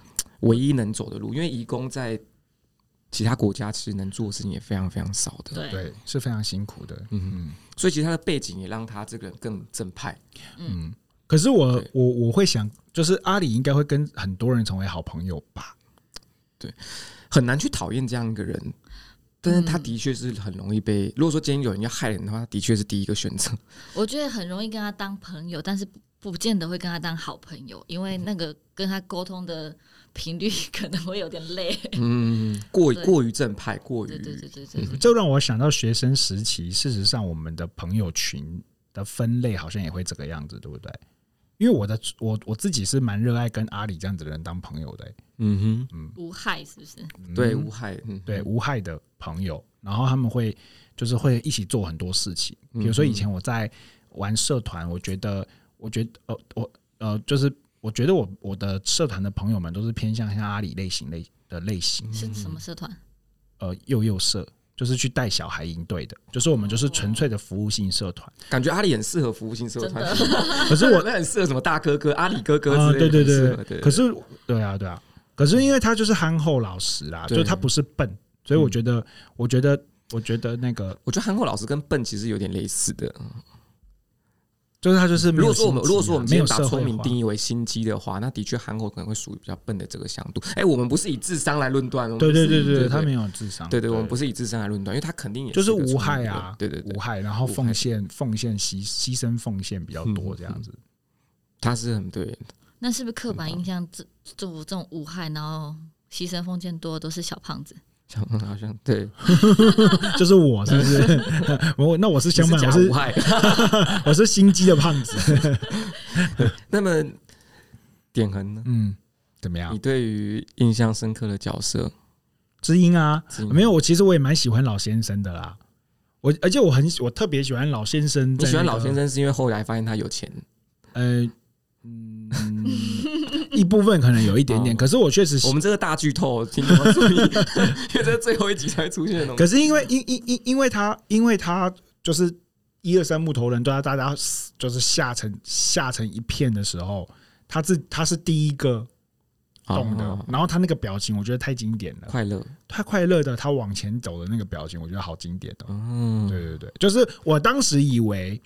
S3: 唯一能走的路，因为移工在其他国家其实能做的事情也非常非常少的，
S2: 对，
S1: 对，是非常辛苦的。
S3: 嗯所以其实他的背景也让他这个人更正派。
S1: 嗯可是我
S3: 对
S1: 我我会想，就是阿里应该会跟很多人成为好朋友吧？
S3: 很难去讨厌这样一个人，但是他的确是很容易被，如果说今天有人要害人的话，他的确是第一个选择。
S2: 我觉得很容易跟他当朋友，但是不不见得会跟他当好朋友，因为那个跟他沟通的频率可能会有点累。
S3: 嗯，过于
S2: 对
S3: 过于正派，过于
S2: 对对对对对对，
S1: 这让我想到学生时期，事实上我们的朋友群的分类好像也会这个样子，对不对？因为我的我我自己是蛮热爱跟阿里这样子的人当朋友的、欸
S3: 嗯
S2: 无害是不是？
S1: 嗯
S3: 哼，对无害，嗯，
S1: 对无害的朋友，然后他们会就是会一起做很多事情，
S3: 嗯
S1: 比如说以前我在玩社团，我觉得我觉得呃我呃就是我觉得我我的社团的朋友们都是偏向像阿里类型类的类型，
S2: 是什么社团？
S1: 呃幼幼社。就是去带小孩营队的，就是我们就是纯粹的服务性社团。
S3: 感觉阿里很适合服务性社会
S2: 真
S3: 团
S2: 的，
S3: 体，
S1: 可是我
S3: 那很适合什么大哥哥、阿里哥哥
S1: 啊，
S3: 之类
S1: 对对
S3: 的，很适
S1: 对
S3: 合对。
S1: 可是对啊对啊，可是因为他就是憨厚老实啦，
S3: 对嗯
S1: 就他不是笨，所以我觉得，我觉得，我觉得那个
S3: 我觉得韩国老师跟笨其实有点类似的。
S1: 就是他就是
S3: 如
S1: 没有
S3: 果说我们
S1: 心机啊
S3: 如果说我们今
S1: 没有
S3: 天把
S1: 社
S3: 聪
S1: 会
S3: 明
S1: 化
S3: 定义为心机的话，那的确韩国可能会属于比较笨的这个向度。哎，我们不是以智商来论断，我们
S1: 对对对
S3: 对
S1: 对，
S3: 对
S1: 他没有智商，
S3: 对对，我们不是以智商来论断，因为他肯定也
S1: 就是
S3: 个
S1: 无
S3: 聪
S1: 害
S3: 明
S1: 啊
S3: 人，对对对
S1: 无，害，然后
S3: 无害
S1: 奉献奉献牺牺牲奉献比较多这样
S3: [LAUGHS]
S1: 子，
S3: 他是很对，
S2: 那是不是刻板印象？这这这种无害，然后牺牲奉献多都是小胖子？
S3: 像好像对，
S1: 就是我是不是？
S3: [LAUGHS]
S1: 我那我 [LAUGHS] 是相
S3: 你
S1: 反，
S3: 是
S1: 我
S3: 假
S1: 是
S3: 无害。啊
S1: 我是心机的胖子，
S3: [LAUGHS] 那么点恒呢？
S1: 嗯，怎么样
S3: 你？对于印象深刻的角色，
S1: 知音啊，
S3: 知音
S1: 没有，我其实我也蛮喜欢老先生的啦。我而且我很我特别喜欢老先生、
S3: 你喜欢老先？生是因为后来发现他有钱，
S1: 呃，嗯，一部分可能有一点点，
S3: 哦
S1: 可 [LAUGHS] 是我确实喜
S3: 我们这个大剧透，请你们注意， [LAUGHS] 因为这是最后一集才出现的东西。
S1: 可是因为因因因因为他因为他就是一二三木头人对他啊大家就是吓成吓成一片的时候，他是他是第一个动的，
S3: 啊
S1: 然后他那个表情我觉得太经典了，
S3: 快乐，
S1: 他快乐的他往前走的那个表情，我觉得好经典哦。
S3: 嗯，
S1: 对对对，就是我当时以为，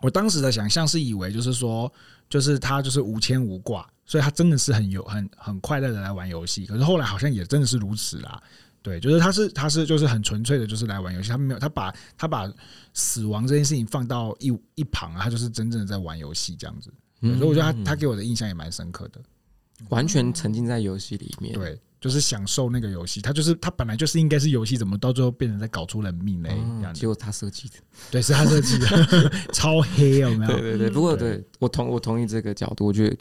S1: 我当时的想象是以为就是说，就是他就是无牵无挂，所以他真的是很有很很快乐的来玩游戏。可是后来好像也真的是如此啦。对，就是他是他是就是很纯粹的，就是来玩游戏，他没有他把他把死亡这件事情放到一一旁啊，他就是真正的在玩游戏这样子。对
S3: 嗯
S1: 所以我觉得他他给我的印象也蛮深刻的。
S3: 完全沉浸在游戏里面。，
S1: 对，就是享受那个游戏，他就是他本来就是应该是游戏，怎么到最后变成在搞出人命嘞？这样
S3: 结
S1: 子，
S3: 果他设计的。
S1: 对，是他设计的，超黑有没有？
S3: 对对对，不过对我同我同意这个角度，我觉得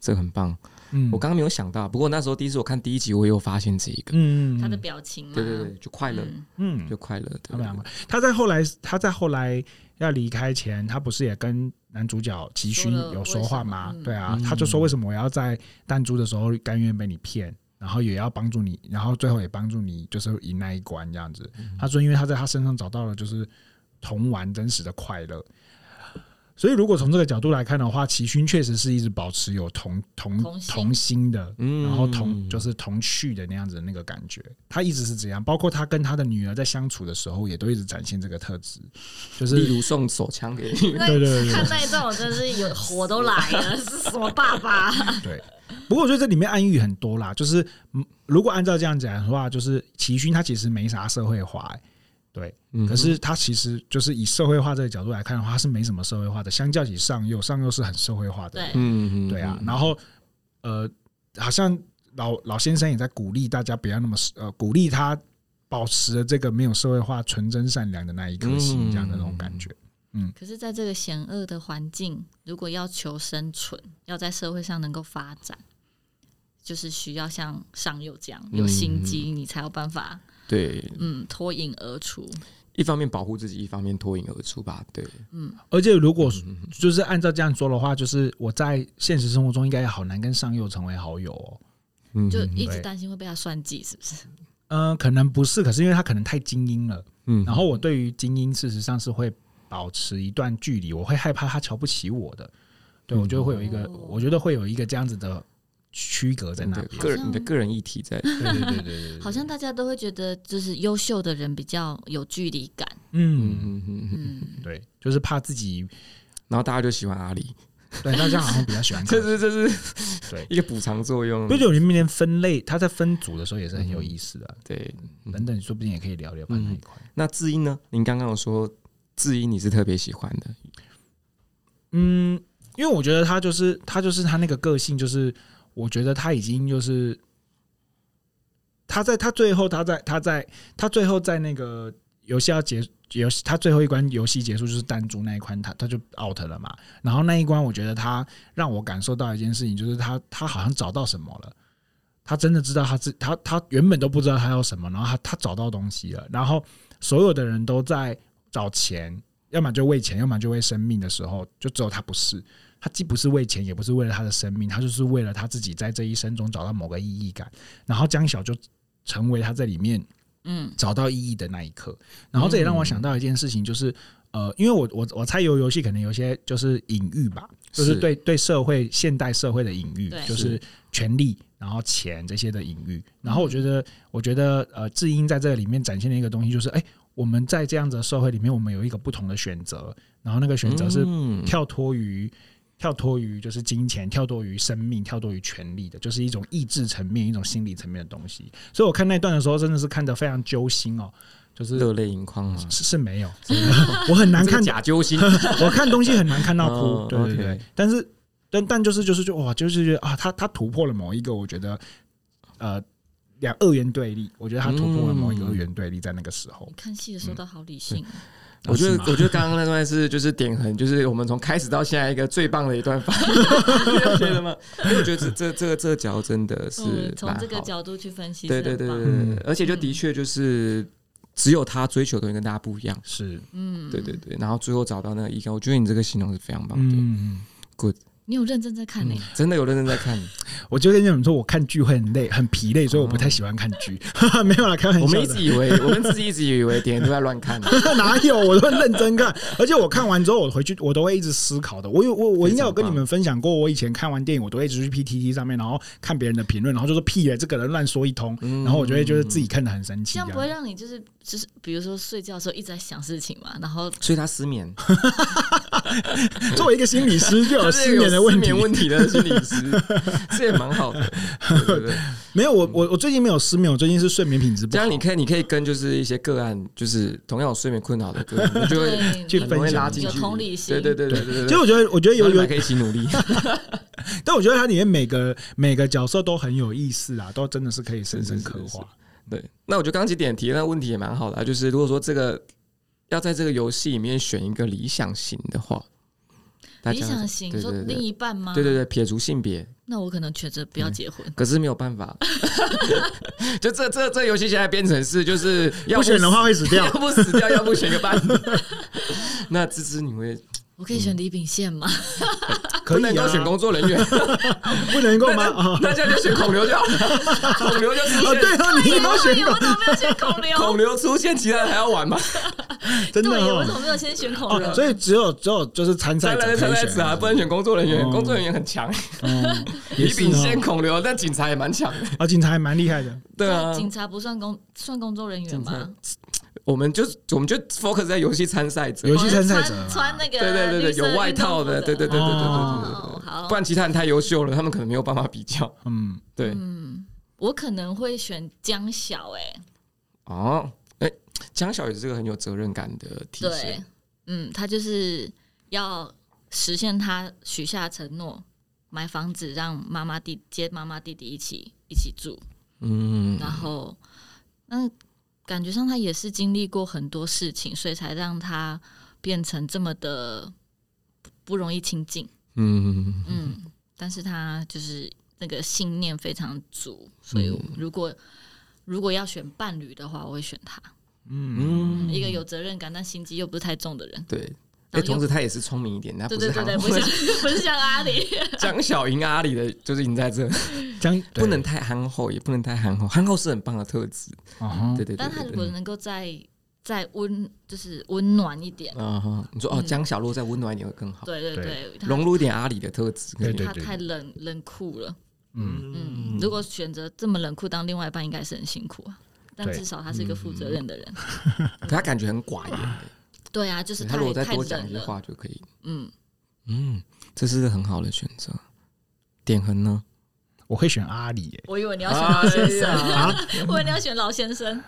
S3: 这个很棒。
S1: 嗯
S3: 我刚刚没有想到，不过那时候第一次我看第一集，我也有发现这一个。
S1: 嗯
S2: 他的表情嘛，
S3: 对对对，就快乐，
S2: 嗯
S1: 嗯
S3: 就，快乐。对
S1: 他们两个，他在后来，他在后来要离开前，他不是也跟男主角齐勋
S2: 说了
S1: 有说话吗
S2: 为什？么
S1: 对啊
S3: 嗯，
S1: 他就说为什么我要在弹珠的时候甘愿被你骗，然后也要帮助你，然后最后也帮助你，就是赢那一关这样子。他说，因为他在他身上找到了就是同玩真实的快乐。所以，如果从这个角度来看的话，齐勋确实是一直保持有同同
S2: 同心
S1: 同心的，
S3: 嗯
S1: 然后同就是同去的那样子的那个感觉，他一直是这样。包括他跟他的女儿在相处的时候，也都一直展现这个特质，就是
S3: 例如送手枪给你，
S2: 那
S1: 对对对
S2: 看那一段，我真的是有火都来了，是什么爸
S3: [LAUGHS]
S2: 爸？
S1: 对。不过我觉得这里面暗喻很多啦，就是嗯如果按照这样讲的话，就是齐勋他其实没啥社会化、欸对。
S3: 嗯
S1: 可是他其实就是以社会化这个角度来看的话，他是没什么社会化的。相较起上右，上右是很社会化的
S2: 对，
S3: 嗯，嗯
S1: 对啊，
S3: 嗯
S1: 然后呃，好像老老先生也在鼓励大家不要那么呃，鼓励他保持了这个没有社会化、纯真善良的那一颗心，这样的那种感觉。
S3: 嗯
S2: 可是，在这个险恶的环境，如果要求生存，要在社会上能够发展，就是需要像上佑这
S3: 嗯
S2: 样有心机，你才有办法
S3: 对，
S2: 嗯脱颖而出。
S3: 一方面保护自己，一方面脱颖而出吧。对，
S1: 而且如果
S3: 嗯
S1: 就是按照这样说的话，就是我在现实生活中应该也好难跟上佑成为好友哦。
S3: 嗯
S2: 就一直
S1: 对
S2: 担心会被他算计，是不是？
S1: 嗯、可能不是，可是因为他可能太精英了。
S3: 嗯
S1: 然后我对于精英事实上是会保持一段距离，我会害怕他瞧不起我的。对，我觉得会有一个，
S2: 哦
S1: 我觉得会有一个这样子的区隔在那
S3: 对
S1: 边。
S3: 个人你的个人议题在，
S1: 对对对对对对
S2: 好像大家都会觉得，就是优秀的人比较有距离感。
S1: 嗯，
S3: 嗯嗯嗯， [LAUGHS]
S2: 嗯，
S1: 对，就是怕自己 [LAUGHS]
S3: 然后大家就喜欢阿里，
S1: 对大家好像比较喜欢看
S3: 这是这是
S1: 对
S3: [LAUGHS] 一个补偿作用。
S1: 六九零面分类，它在分组的时候也是很有意思的啊、
S3: 对，嗯
S1: 等等，说不定也可以聊聊看那一块。
S3: 那字音呢？您刚刚有说字音你是特别喜欢的，
S1: 嗯，因为我觉得他就是他就是他那个个性，就是我觉得他已经就是他在他最后他在他在他最后在那个游戏要结游戏他最后一关游戏结束就是弹珠那一关他他就 out 了嘛，然后那一关我觉得他让我感受到一件事情，就是他他好像找到什么了。他真的知道他自他他原本都不知道他要什么，然后他他找到东西了，然后所有的人都在找钱，要么就为钱，要么就为生命的时候，就只有他不是。他既不是为钱，也不是为了他的生命，他就是为了他自己在这一生中找到某个意义感。然后江小就成为他在里面
S2: 嗯，
S1: 找到意义的那一刻。然后这也让我想到一件事情，就是呃，因为我我我猜游游戏可能有些就是隐喻吧，就是
S3: 是
S1: 对对社会现代社会的隐喻
S2: 对，
S1: 就是权力。然后钱这些的隐喻，然后我觉得，我觉得，呃，智英在这里面展现了一个东西，就是，哎，我们在这样子的社会里面，我们有一个不同的选择，然后那个选择是
S3: 嗯
S1: 跳脱于跳脱于就是金钱，跳脱于生命，跳脱于权力的，就是一种意志层面、一种心理层面的东西。所以我看那段的时候，真的是看得非常揪心哦，就是
S3: 热泪盈眶吗？
S1: 是是没
S3: [LAUGHS]
S1: 有，我很难看
S3: 这个假
S1: [LAUGHS]
S3: 揪心，
S1: 我看东西很难看到哭，
S3: 哦
S1: 对对对
S3: OK
S1: 但是但但就是就是就哇，就是觉得啊，他他突破了某一个，我觉得呃两二元对立，我觉得他突破了某一个
S3: 嗯
S1: 二元对立，在那个时候
S2: 你，看戏的时候都好理性哦，
S3: 我觉得
S1: 是吗，
S3: 我觉得刚刚那段是就是点痕，就是我们从开始到现在一个最棒的一段发言， [LAUGHS] 你有觉得吗？因为我觉得这这这这个角真的是
S2: 嗯，从
S3: 蛮
S2: 这个
S3: 好的
S2: 角度去分析，
S3: 对对对对，
S1: 嗯
S3: 对而且就的确就是只有他追求的东西跟大家不一样，
S1: 是
S2: 嗯，
S3: 对对。对，然后最后找到那个意义，我觉得你这个形容是非常棒的，
S1: 嗯，
S2: 你有认真在看呢、
S3: 嗯真的有认真在看，
S1: 我就跟你们说，我看剧会很累，很疲累，所以我不太喜欢看剧。 [LAUGHS] 没有啦，开玩
S3: 我们
S1: 笑 [LAUGHS]
S3: 一
S1: 的
S3: 直。以为我们自己一直以为点都在
S1: [LAUGHS]
S3: 乱看，
S1: 哪有？我都很认真看，而且我看完之后，我回去我都会一直思考的。我有我我应该有跟你们分享过，我以前看完电影，我都会一直去 PTT 上面，然后看别人的评论，然后就说屁嘞，这个人乱说一通，
S3: 嗯
S1: 然后我就会觉得自己看得很生气
S2: 这
S1: 啊。
S2: 样不会让你就是就是，比如说睡觉的时候一直在想事情嘛，然后
S3: 所以他失眠，
S1: 作为一个心理师， [LAUGHS] 就有
S3: 就是
S1: 失眠的
S3: 有失 [LAUGHS]
S1: 问题
S3: 眠。问题的
S1: [LAUGHS]
S3: 心理师，这也蛮好的，对对对。
S1: 没有，我我我最近没有失眠，我最近是睡眠品质不
S3: 这
S1: 好
S3: 样。你可以，你可以跟就是一些个案，就是同样有睡眠困扰的个案，你就会
S2: 对
S1: 去
S3: 很
S1: 分
S3: 容易
S1: 享
S3: 拉近
S2: 有
S3: 距离
S2: 同理心
S3: 对对对对对对。
S1: 其实我觉得，我觉得
S3: 然
S1: 有
S3: 后你
S1: 有
S3: 们还可以一起努力，
S1: 但我觉得它里面每个每个角色都很有意思啊，都真的是可以深深
S3: 是是
S1: 刻
S3: 是
S1: 画。
S3: 对。那我觉得刚刚几点提的那个问题也蛮好的啊、就是如果说这个要在这个游戏里面选一个理想型的话，大
S2: 理
S3: 家
S2: 想型
S3: 对
S2: 说
S3: 对
S2: 另
S3: 对
S2: 一半吗？
S3: 对对嗯对，撇除性别，
S2: 那我可能觉着不要结婚，
S3: 可是没有办
S1: [LAUGHS]
S3: 法，就这这这游戏现在变成是就是要
S1: 不选的话会死
S3: 死
S1: 掉
S3: [LAUGHS] 要。不死掉，要不选个
S1: [LAUGHS]
S3: 伴侣。那芝芝你会
S2: 我
S3: 嗯
S2: 可以选李秉宪
S3: [LAUGHS]
S2: 吗？
S1: 可以
S3: 不能
S1: 啊
S3: 够选工作人员，
S1: 不能够吗？
S3: [LAUGHS]
S1: 啊，
S3: 大家就选孔刘就好了，孔刘就出
S1: 哦 [LAUGHS] 对
S3: 现，
S1: 啊，你要选
S2: 对我怎么没有选孔刘？
S3: 孔刘出现，其他人还要玩吗？
S1: 真的
S2: 对，我怎
S1: 哦
S2: 么没有先选孔刘？
S1: 哦，所以只有只有就是参赛
S3: 才
S1: 者可
S3: 来
S1: 以
S3: 才来
S1: 选
S3: 子啊，不能选工作人员，
S1: 哦
S3: 工作人员很强，
S1: [LAUGHS] 嗯，也
S3: 李
S1: 是
S3: 秉宪、
S1: 哦
S3: 孔刘，但警察也蛮强的。
S1: 啊，警察还蛮厉害的，
S3: 对啊，
S2: 警察不算工算工作人员吗？
S3: 我们就我们就 focus 在游戏参赛者啊
S1: 游，戏参赛者
S2: 穿
S1: 嘛
S2: 穿那个
S3: 对对对对
S2: 绿色
S3: 有外套
S2: 运
S3: 的
S2: 动服
S3: 对对对
S1: 对对对
S2: 哦
S3: 对对对
S2: 好
S3: 不，然其他人太优秀了，他们可能没有办法比较。
S1: 嗯，
S3: 对，
S2: 嗯，我可能会选江小哎、欸
S3: 哦，哎，江小也是个很有责任感的体
S2: 对
S3: 现，，
S2: 嗯，他就是要实现他许下的承诺，买房子让妈妈弟接妈妈弟弟一起一起住，
S3: 嗯
S2: 然后那感觉上他也是经历过很多事情，所以才让他变成这么的不不容易亲近。
S3: 嗯，
S2: 嗯，但是他就是那个信念非常足，所以
S3: 嗯
S2: 如果、如果要选伴侣的话，我会选他，
S3: 嗯
S2: 一个有责任感但心机又不是太重的人。
S3: 对。
S2: 然后
S3: 哎，
S2: 又
S3: 同时他也是聪明一点，他
S2: 对
S3: 不
S2: 对
S3: 是
S2: 对
S3: 他
S2: 对，
S3: [LAUGHS]
S2: 不像不是像阿里，
S3: 江小赢阿里的，就是赢在这，
S1: 这样
S3: 不能，太憨厚，也不能太憨厚，憨厚是很棒的特质。
S1: 对啊哈
S3: 对对对
S2: 但他
S3: 对
S2: 如
S3: 对
S2: 果能够再再温，就是温暖一点，
S3: 啊哈，你说哦，
S2: 嗯
S3: 江小洛再温暖一点会更好，
S2: 对对
S1: 对
S2: 对，他
S3: 融入一点阿里的特质。
S1: 对对
S2: 他太冷冷酷了，
S1: 嗯，
S2: 嗯，如果选择这么冷酷当另外一半，应该是很辛苦啊。但
S1: 对
S2: 至少他是一个负责任的人，
S3: 可他感觉很寡言，
S2: 对啊，就是
S3: 嗯他如果
S2: 太
S3: 再
S2: 太
S3: 多讲一
S2: 冷
S3: 些
S2: 了，
S3: 话就可以。
S2: 嗯，
S3: 嗯，这是个很好的选择。点恒呢？
S1: 我会选阿里、耶
S2: 我以为你要选老先生，
S3: 哎呀
S1: 啊，
S2: [LAUGHS] 我以为你要选老先生，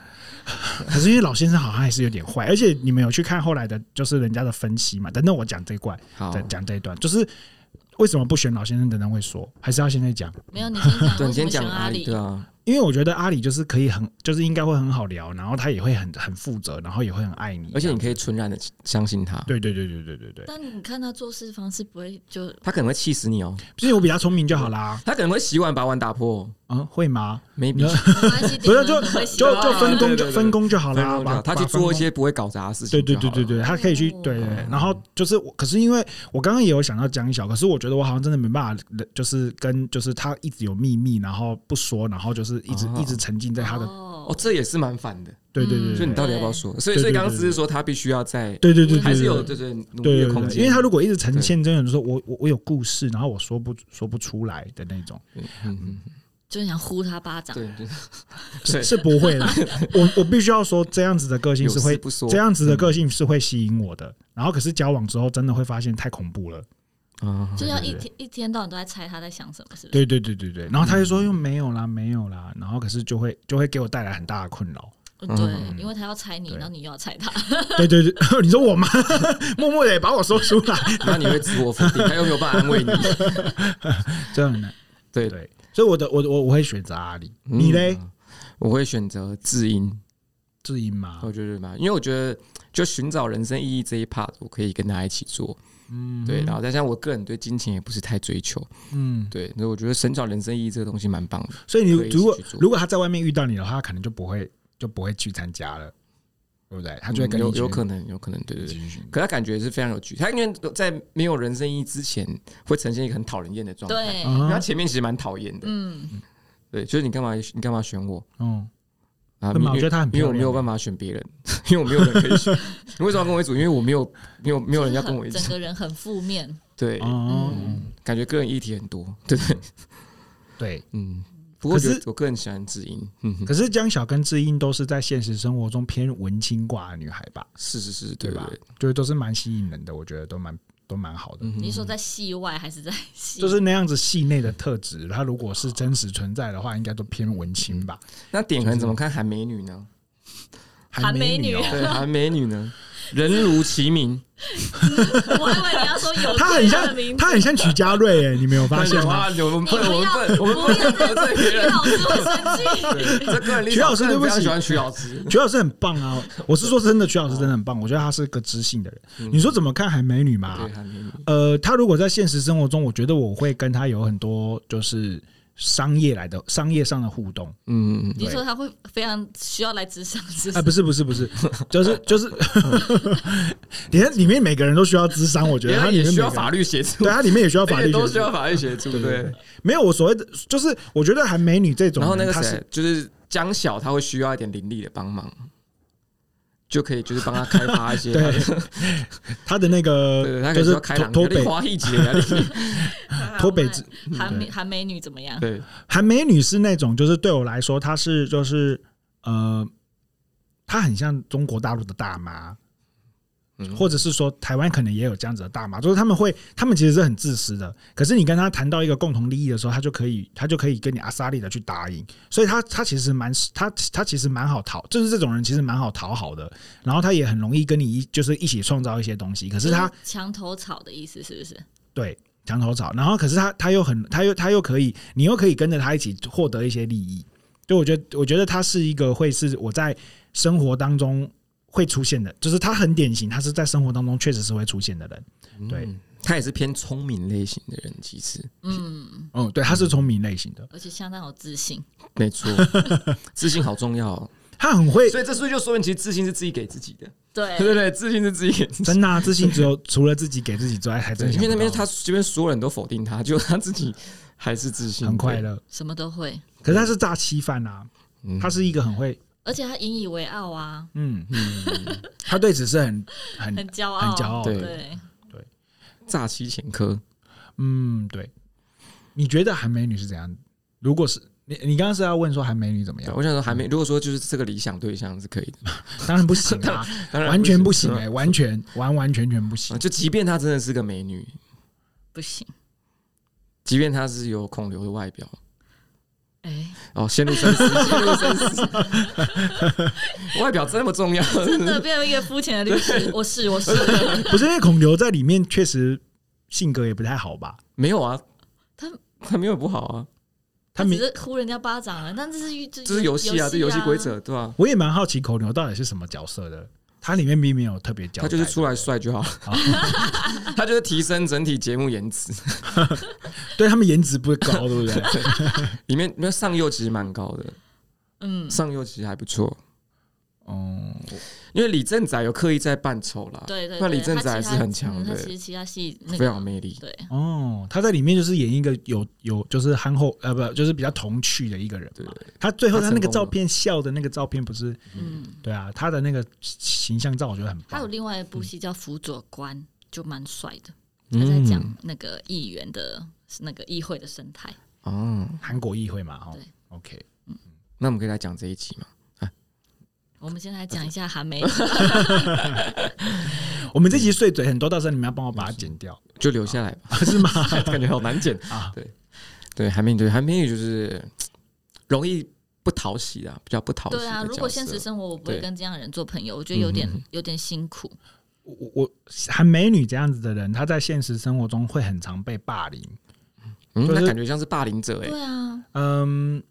S1: 可是因为老先生好像还是有点坏，而且你们有去看后来的，就是人家的分析嘛。等等，我讲这一块，
S3: 好，
S1: 等讲这一段，就是为什么不选老先生？等等会说，还是要现在讲，
S2: 没有你先讲，
S3: 对，
S2: 为什
S3: 你先
S2: 么选
S3: 讲
S2: 阿
S3: 阿里，
S2: 里
S3: 对？啊，
S1: 因为我觉得阿里就是可以很，就是应该会很好聊，然后他也会很很负责，然后也会很爱你，
S3: 而且你可以纯然的相信他，
S1: 对对对对对对对，
S2: 但你看他做事方式不会就
S3: 他可能会气死你哦，
S1: 所以我比他聪明就好啦。
S3: 他可能会洗碗把碗打破哦
S1: 嗯，会
S2: [LAUGHS]
S1: 吗？
S3: ，maybe
S2: 没关系，
S1: 不是，就
S2: 顶多你会喜
S1: 就
S2: 欢
S1: 就
S2: 啊
S1: 分
S3: 对
S1: 工
S3: 对
S1: 就
S3: 对
S1: 分工 [LAUGHS] 就好
S3: 分
S1: 啦，
S3: 工就
S1: 把
S3: 好他去做一些不会搞砸的事情
S1: 对
S3: 就
S1: 对
S3: 好
S1: 对
S3: 了，嗯
S1: 对对，他可以去
S2: 哦
S1: 对对对，然后就是我，可是因为我刚刚也有想到江小，可是我觉得我好像真的没办法，就是跟就是他一直有秘密，然后不说，然后就是一直、
S3: 哦
S1: 一直沉浸在他的，
S3: 哦，
S2: 哦，
S3: 这也是蛮反的，
S1: 对对对
S2: 嗯
S3: 所
S1: 对
S3: 以你
S1: 对
S3: 到底要不要说？所以
S1: 对
S3: 所
S1: 对
S3: 以刚刚
S1: 对
S3: 只是说他必须要在，
S1: 对对对，
S3: 还是有
S1: 对
S3: 对对努力
S1: 对
S3: 的
S1: 对
S3: 空
S1: 对，
S3: 间，
S1: 因为他如果一直呈现这种说我我我有故事，然后我说不说不出来的那种，
S3: 嗯嗯嗯
S2: 就是想呼他巴掌，
S3: 对，
S1: [LAUGHS]
S3: 就是
S1: 是
S3: 对
S1: 是不会的。我我必须要说，这样子的个性
S3: 有
S1: 是
S3: 事
S1: 会
S3: 不说嗯
S1: 这样子的个性是会吸引我的，然后可是交往之后真的会发现太恐怖了。
S3: [LAUGHS] 啊，
S2: 就要
S1: 对
S2: 一
S1: 对
S2: 天一天到晚都在猜他在想什么，是不是？
S1: 对对对对对，然后他就
S3: 嗯
S1: 说又没有啦，没有啦，然后可是就会就会给我带来很大的困扰。
S2: 哦对，
S3: 嗯
S2: 因为他要猜你，
S1: 对
S2: 然后你又要猜他，
S1: 对对对， [LAUGHS] 你说我吗？默默的把我说出来，
S3: 那你会自我否定，他又没有办法安慰你，
S1: 真的很难。[LAUGHS]
S3: 对，
S1: 对，所以我的我我我会选择阿里，你嘞？
S3: 嗯？我会选择智英，
S1: 志英嘛，
S3: 我觉得嘛，因为我觉得就寻找人生意义这一 part，我可以跟他一起做，
S1: 嗯，
S3: 对，然后再加上我个人对金钱也不是太追求，
S1: 嗯，
S3: 对，所以我觉得寻找人生意义这个东西蛮棒的，
S1: 所以你
S3: 可以一起
S1: 如果
S3: 去做
S1: 如果他在外面遇到你的话，他可能就不会就不会去参加了，对不对？他就会跟
S3: 嗯
S1: 你
S3: 有
S1: 一起
S3: 有可能，有可能，对对
S1: 一
S3: 对。
S1: 起去
S3: 可他感觉是非常有趣，他因为在没有人生意义之前，会呈现一个很讨人厌的状态。
S2: 对，
S1: 啊
S3: 他前面其实蛮讨厌的，
S2: 嗯，
S3: 对，就是你干嘛你干嘛选我
S1: 嗯，
S3: 啊？
S1: 会吗
S3: 因为
S1: 我觉得他很漂
S3: 因
S1: 亮
S3: 为我没有办法选别人，因为我没有人可以选。 [LAUGHS] 你为什么要跟我一组？因为我没有没有没有人要跟我一
S2: 就是很整
S3: 起。
S2: 个人很负面，
S3: 对，嗯
S1: 哦，
S3: 感觉个人议题很多，对不对？
S1: 对。
S3: 嗯，不过我
S1: 可
S3: 觉
S1: 是
S3: 得我个人喜欢知音，嗯哼，
S1: 可是江小跟志英都是在现实生活中偏文青挂的女孩吧？
S3: 是是是，
S1: 对
S3: 对
S1: 吧
S3: 对对
S1: 就是都是蛮吸引人的，我觉得都蛮都蛮好的，
S3: 嗯哼
S2: 你说在戏外还是在戏？
S1: 就是那样子系内的特质，它如果是真实存在的话，应该都偏文青吧。
S3: 那点可能怎么看韩美女呢？
S2: 韩
S1: 美
S2: 美女
S1: 哦，
S3: 对，韩美女呢，人如其名，
S2: [LAUGHS] 我还以为你要说有
S1: 她很
S2: 这样的名
S1: 像
S2: 字，
S1: 她很像曲家瑞哎，你没有发现
S3: [LAUGHS]
S1: 吗？
S3: 哇，我们
S2: 你不
S3: 笨，我们
S2: 要
S3: 笨，我们
S2: 不要
S3: 笨，得罪别人。
S2: 老师会生气，
S3: 对这个人立场
S1: 徐老师
S3: 个人
S1: 对不
S3: 非常
S1: 起
S3: 喜欢徐老师。
S1: 曲老师很棒啊，我是说真的，曲老师真的很棒，我觉得他是个知性的人。
S3: 嗯
S1: 你说怎么看韩美女嘛
S3: 对？韩美女，
S1: 呃，她如果在现实生活中，我觉得我会跟她有很多就是商业来的商业上的互动。
S3: 嗯，
S2: 你说他会非常需要来职场，是
S1: 啊，
S2: 不
S1: 不
S2: 是？
S1: 是不是不是， [LAUGHS] 就是
S3: [LAUGHS]
S1: 就是，里面里面每个人都需要智商，我觉
S3: 因
S1: 得
S3: 为
S1: 它
S3: 他
S1: 里面
S3: 也需要
S1: 每个人
S3: 法律协助
S1: 对，它里面也需要法
S3: [LAUGHS] 而且
S1: 律
S3: 都
S1: 学
S3: 需
S1: 习。
S3: 要法律协助，
S1: 对对
S3: 对。
S1: 没有我所谓的，就是我觉得韩美女这种
S3: 然
S1: 人，
S3: 后那个
S1: 她
S3: 谁
S1: 是，
S3: 就是江晓，他会需要一点灵力的帮忙，就可以就是帮他开发一些
S1: 对她的那
S3: 对对，
S1: 个
S3: 他可
S1: 就
S3: 以
S1: 是
S3: 说开
S1: 脱
S3: 朗，
S1: 脱北
S3: 花一节啊，你
S1: 脱北嗯之
S2: 韩美韩美女怎么样？
S3: 对，
S1: 韩美女是那种，就是对我来说，她是就是呃，她很像中国大陆的大妈，
S3: 嗯
S1: 或者是说台湾可能也有这样子的大妈，就是他们会，他们其实是很自私的。可是你跟他谈到一个共同利益的时候，他就可以，他就可以跟你阿萨利的去答应，所以他他其实蛮他他其实蛮好讨，就是这种人其实蛮好讨好的。然后他也很容易跟你一就是一起创造一些东西。可是他
S2: 就是墙头草的意思是不是？
S1: 对墙头草，然后可是他他又很他又他又可以，你又可以跟着他一起获得一些利益。就我觉得，我觉得他是一个会是我在生活当中会出现的，就是他很典型，他是在生活当中确实是会出现的人。对
S3: 嗯，他也是偏聪明类型的人，其实
S2: 嗯，
S1: 哦，对，他是聪明类型
S3: 嗯
S1: 的，
S2: 而且相当有自信，
S3: 没错，自信好重要、哦。
S1: 他很会
S3: 所以这是不是就说明，其实自信是自己给自己的，
S2: 对
S3: 对对对，自信是自己给自己。
S1: 真的、啊、自信，只有除了自己给自己之外，还真
S3: 对，因
S1: 想
S3: 为
S1: 不
S3: 那边
S1: 到
S3: 他这边所有人都否定他，就他自己还是自信，
S1: 很快乐。
S2: 什么都会，
S1: 可是他是诈欺犯啊，
S3: 对。嗯
S1: 他是一个很会，
S2: 而且他引以为傲啊，
S1: 嗯，他对此是很很
S2: 很骄傲，
S1: 嗯很骄傲的，
S3: 对
S2: 对，
S3: 诈欺前科，
S1: 嗯，对。你觉得韩美女是怎样？如果是你，你刚刚是要问说韩美女怎么
S3: 对
S1: 样？
S3: 我想说还没。如果说就是这个理想对象是可以的，
S1: 当然不行啊，
S3: [LAUGHS] 当然
S1: 完全不行欸
S3: 是吧
S1: 哎、完全完完全全不行
S3: [LAUGHS] 啊。就即便她真的是个美女，
S2: 不行，
S3: 即便她是有孔刘的外表，
S2: 哎
S1: [LAUGHS]
S3: 哦，陷入深思，陷入深思。 [LAUGHS] 外表这么重要，
S2: 真的变成一个肤浅的律师。我是
S1: [LAUGHS]
S2: 我是，
S1: 不是因为孔刘在里面确实性格也不太好吧？
S3: 没有啊，
S2: 他
S3: 他没有不好啊，
S1: 他
S2: 他
S1: 没
S2: 只是呼人家巴掌了，但这是这
S3: 这是游戏啊，这游戏规。则对吧、
S1: 我也蛮好奇孔刘到底是什么角色的。他里面并没有特别交代，
S3: 他就是出来帅就好了，
S1: 啊
S3: [LAUGHS] 他就是提升整体节目颜值。
S1: 对他们颜值不高，对不
S3: [LAUGHS]
S1: 对？
S3: 里面那上右其实蛮高的，
S2: 嗯，
S3: 上右其实还不错，
S1: 哦，
S3: 因为李正宰有刻意在扮丑啦，
S2: 对对对，
S3: 那李正宰
S2: 他
S3: 还
S2: 其
S3: 是
S2: 他
S3: 很强
S2: 嗯他
S3: 的，
S2: 其实其他戏那
S3: 非
S2: 个
S3: 常有魅力。
S2: 对，
S1: 哦，他在里面就是演一个有有就是憨厚呃不就是比较童趣的一个人嘛。他最后
S3: 他
S1: 他
S3: 成
S1: 那个
S3: 功
S1: 照
S3: 了
S1: 片笑的那个照片不是
S2: 嗯，
S1: 对啊，他的那个形象照我觉得很
S2: 还有
S1: 棒。
S2: 另外一部戏叫《辅佐官》，就蛮帅的，他在讲
S3: 嗯嗯，
S2: 那个议员的那个议会的生态。
S3: 哦，
S1: 韩国议会嘛，哦
S2: 对
S1: ，OK，
S3: 那我们可以来讲这一集嘛？
S2: 我们先来讲一下韩
S3: [LAUGHS]
S2: 梅，
S1: 我们这集碎嘴很多，到时候你们要帮我把它剪掉，
S3: 就留下来吧，
S1: 啊是吗？
S3: [LAUGHS] 感觉好难剪
S1: 啊
S3: 对对，韩冰对韩冰也就是容易不讨喜啊，比较不讨喜的
S2: 对啊，
S3: 角色。
S2: 如果现实生活我不会
S3: 对
S2: 跟这样的人做朋友，我觉得有点
S3: 嗯
S2: 有点辛苦。
S1: 我我我韩美女这样子的人，她在现实生活中会很常被霸凌。
S3: 嗯，
S1: 就是
S3: 那感觉像是霸凌者哎、
S2: 对啊，
S1: 嗯，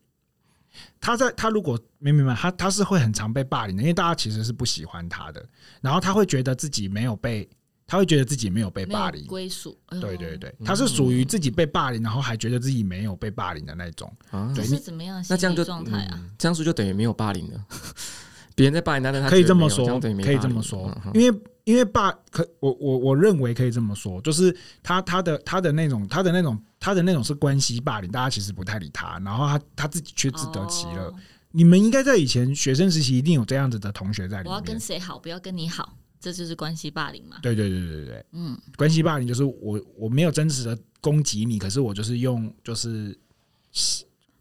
S1: 她在她如果没明白，她她是会很常被霸凌的，因为大家其实是不喜欢她的，然后她会觉得自己没有被，她会觉得自己没有被
S2: 没
S1: 霸
S2: 有
S1: 凌。
S3: 嗯
S2: 归属。哎呦
S1: 对对，对，她是属于自己被霸凌，然后还觉得自己没有被霸凌的那种。
S3: 啊，
S2: 这
S1: 对
S2: 是怎么样的
S3: 那这
S2: 心
S3: 样就
S2: 理状态啊？
S3: 嗯这样说就等于没有霸凌了。 [LAUGHS] 别人在霸凌他，但他
S1: 可以
S3: 觉得
S1: 这么
S3: 没有
S1: 说，
S3: 样等于没
S1: 可以
S3: 霸
S1: 这
S3: 凌
S1: 么说
S3: 嗯，哼
S1: 因为因为霸可我我我认为可以这么说，就是他他的他的那种他的那种他的那种是关系霸凌，大家其实不太理他，然后他他自己却自得其乐。
S2: 哦
S1: 你们应该在以前学生时期一定有这样子的同学在里
S2: 我要跟
S1: 面。
S2: 谁好，不要跟你好，这就是关系霸凌嘛。
S1: 对对对对对，
S2: 嗯，
S1: 关系霸凌就是我我没有真实的攻击你，可是我就是用就是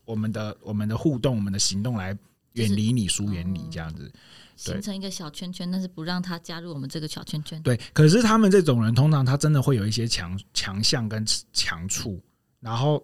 S1: 我们的我们的互动，我们的行动来远离你、疏远
S2: 哦
S1: 你这样子。
S2: 形成一个小圈圈，但是不让他加入我们这个小圈圈。
S1: 对，可是他们这种人，通常他真的会有一些强强项跟强处，然后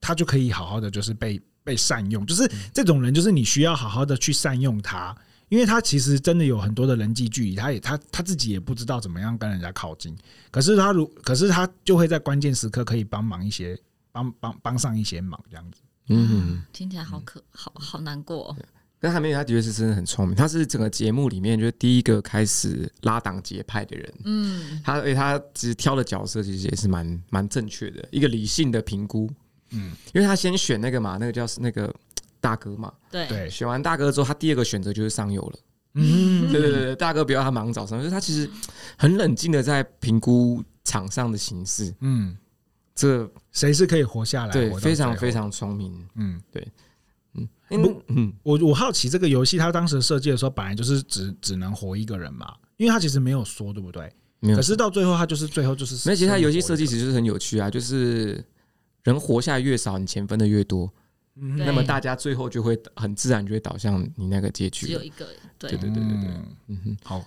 S1: 他就可以好好的就是被被善用。就是
S3: 嗯
S1: 这种人，就是你需要好好的去善用他，因为他其实真的有很多的人际距离，他也他他自己也不知道怎么样跟人家靠近。可是他如，可是他就会在关键时刻可以帮忙一些，帮帮帮上一些忙这样子。
S3: 嗯，
S2: 听起来好可好好难过、哦。
S3: 但韩冰他的确是真的很聪明，他是整个节目里面就是第一个开始拉党结派的人。
S2: 嗯，
S3: 他而且他其实挑的角色其实也是蛮蛮正确的，一个理性的评估。
S1: 嗯，
S3: 因为他先选那个嘛，那个叫那个大哥嘛，
S2: 对，
S1: 对，
S3: 选完大哥之后，他第二个选择就是上游了。
S1: 嗯，
S3: 对对对，对大哥不要他忙找上游，就是他其实很冷静的在评估场上的形势，
S1: 嗯，
S3: 这
S1: 谁是可以活下来？
S3: 对
S1: 活到
S3: 非常
S1: 最后
S3: 非，常聪明。
S1: 嗯。
S3: 嗯嗯，
S1: 我我好奇这个游戏它当时设计的时候，本来就是只只能活一个人嘛，因为它其实没有说对不对？
S3: 没有
S1: 可。是到最后，它就是最后就是
S3: 那其实它游戏设计
S1: 只
S3: 其实是很有趣啊，就是人活下越少，你钱分的越多，
S1: 嗯
S2: 对
S3: 那么大家最后就会很自然就会导向你那个结
S2: 只
S3: 局
S2: 有
S3: 了。
S2: 一个，对
S3: 对对对对对，
S1: 嗯
S3: 嗯哼。
S1: 好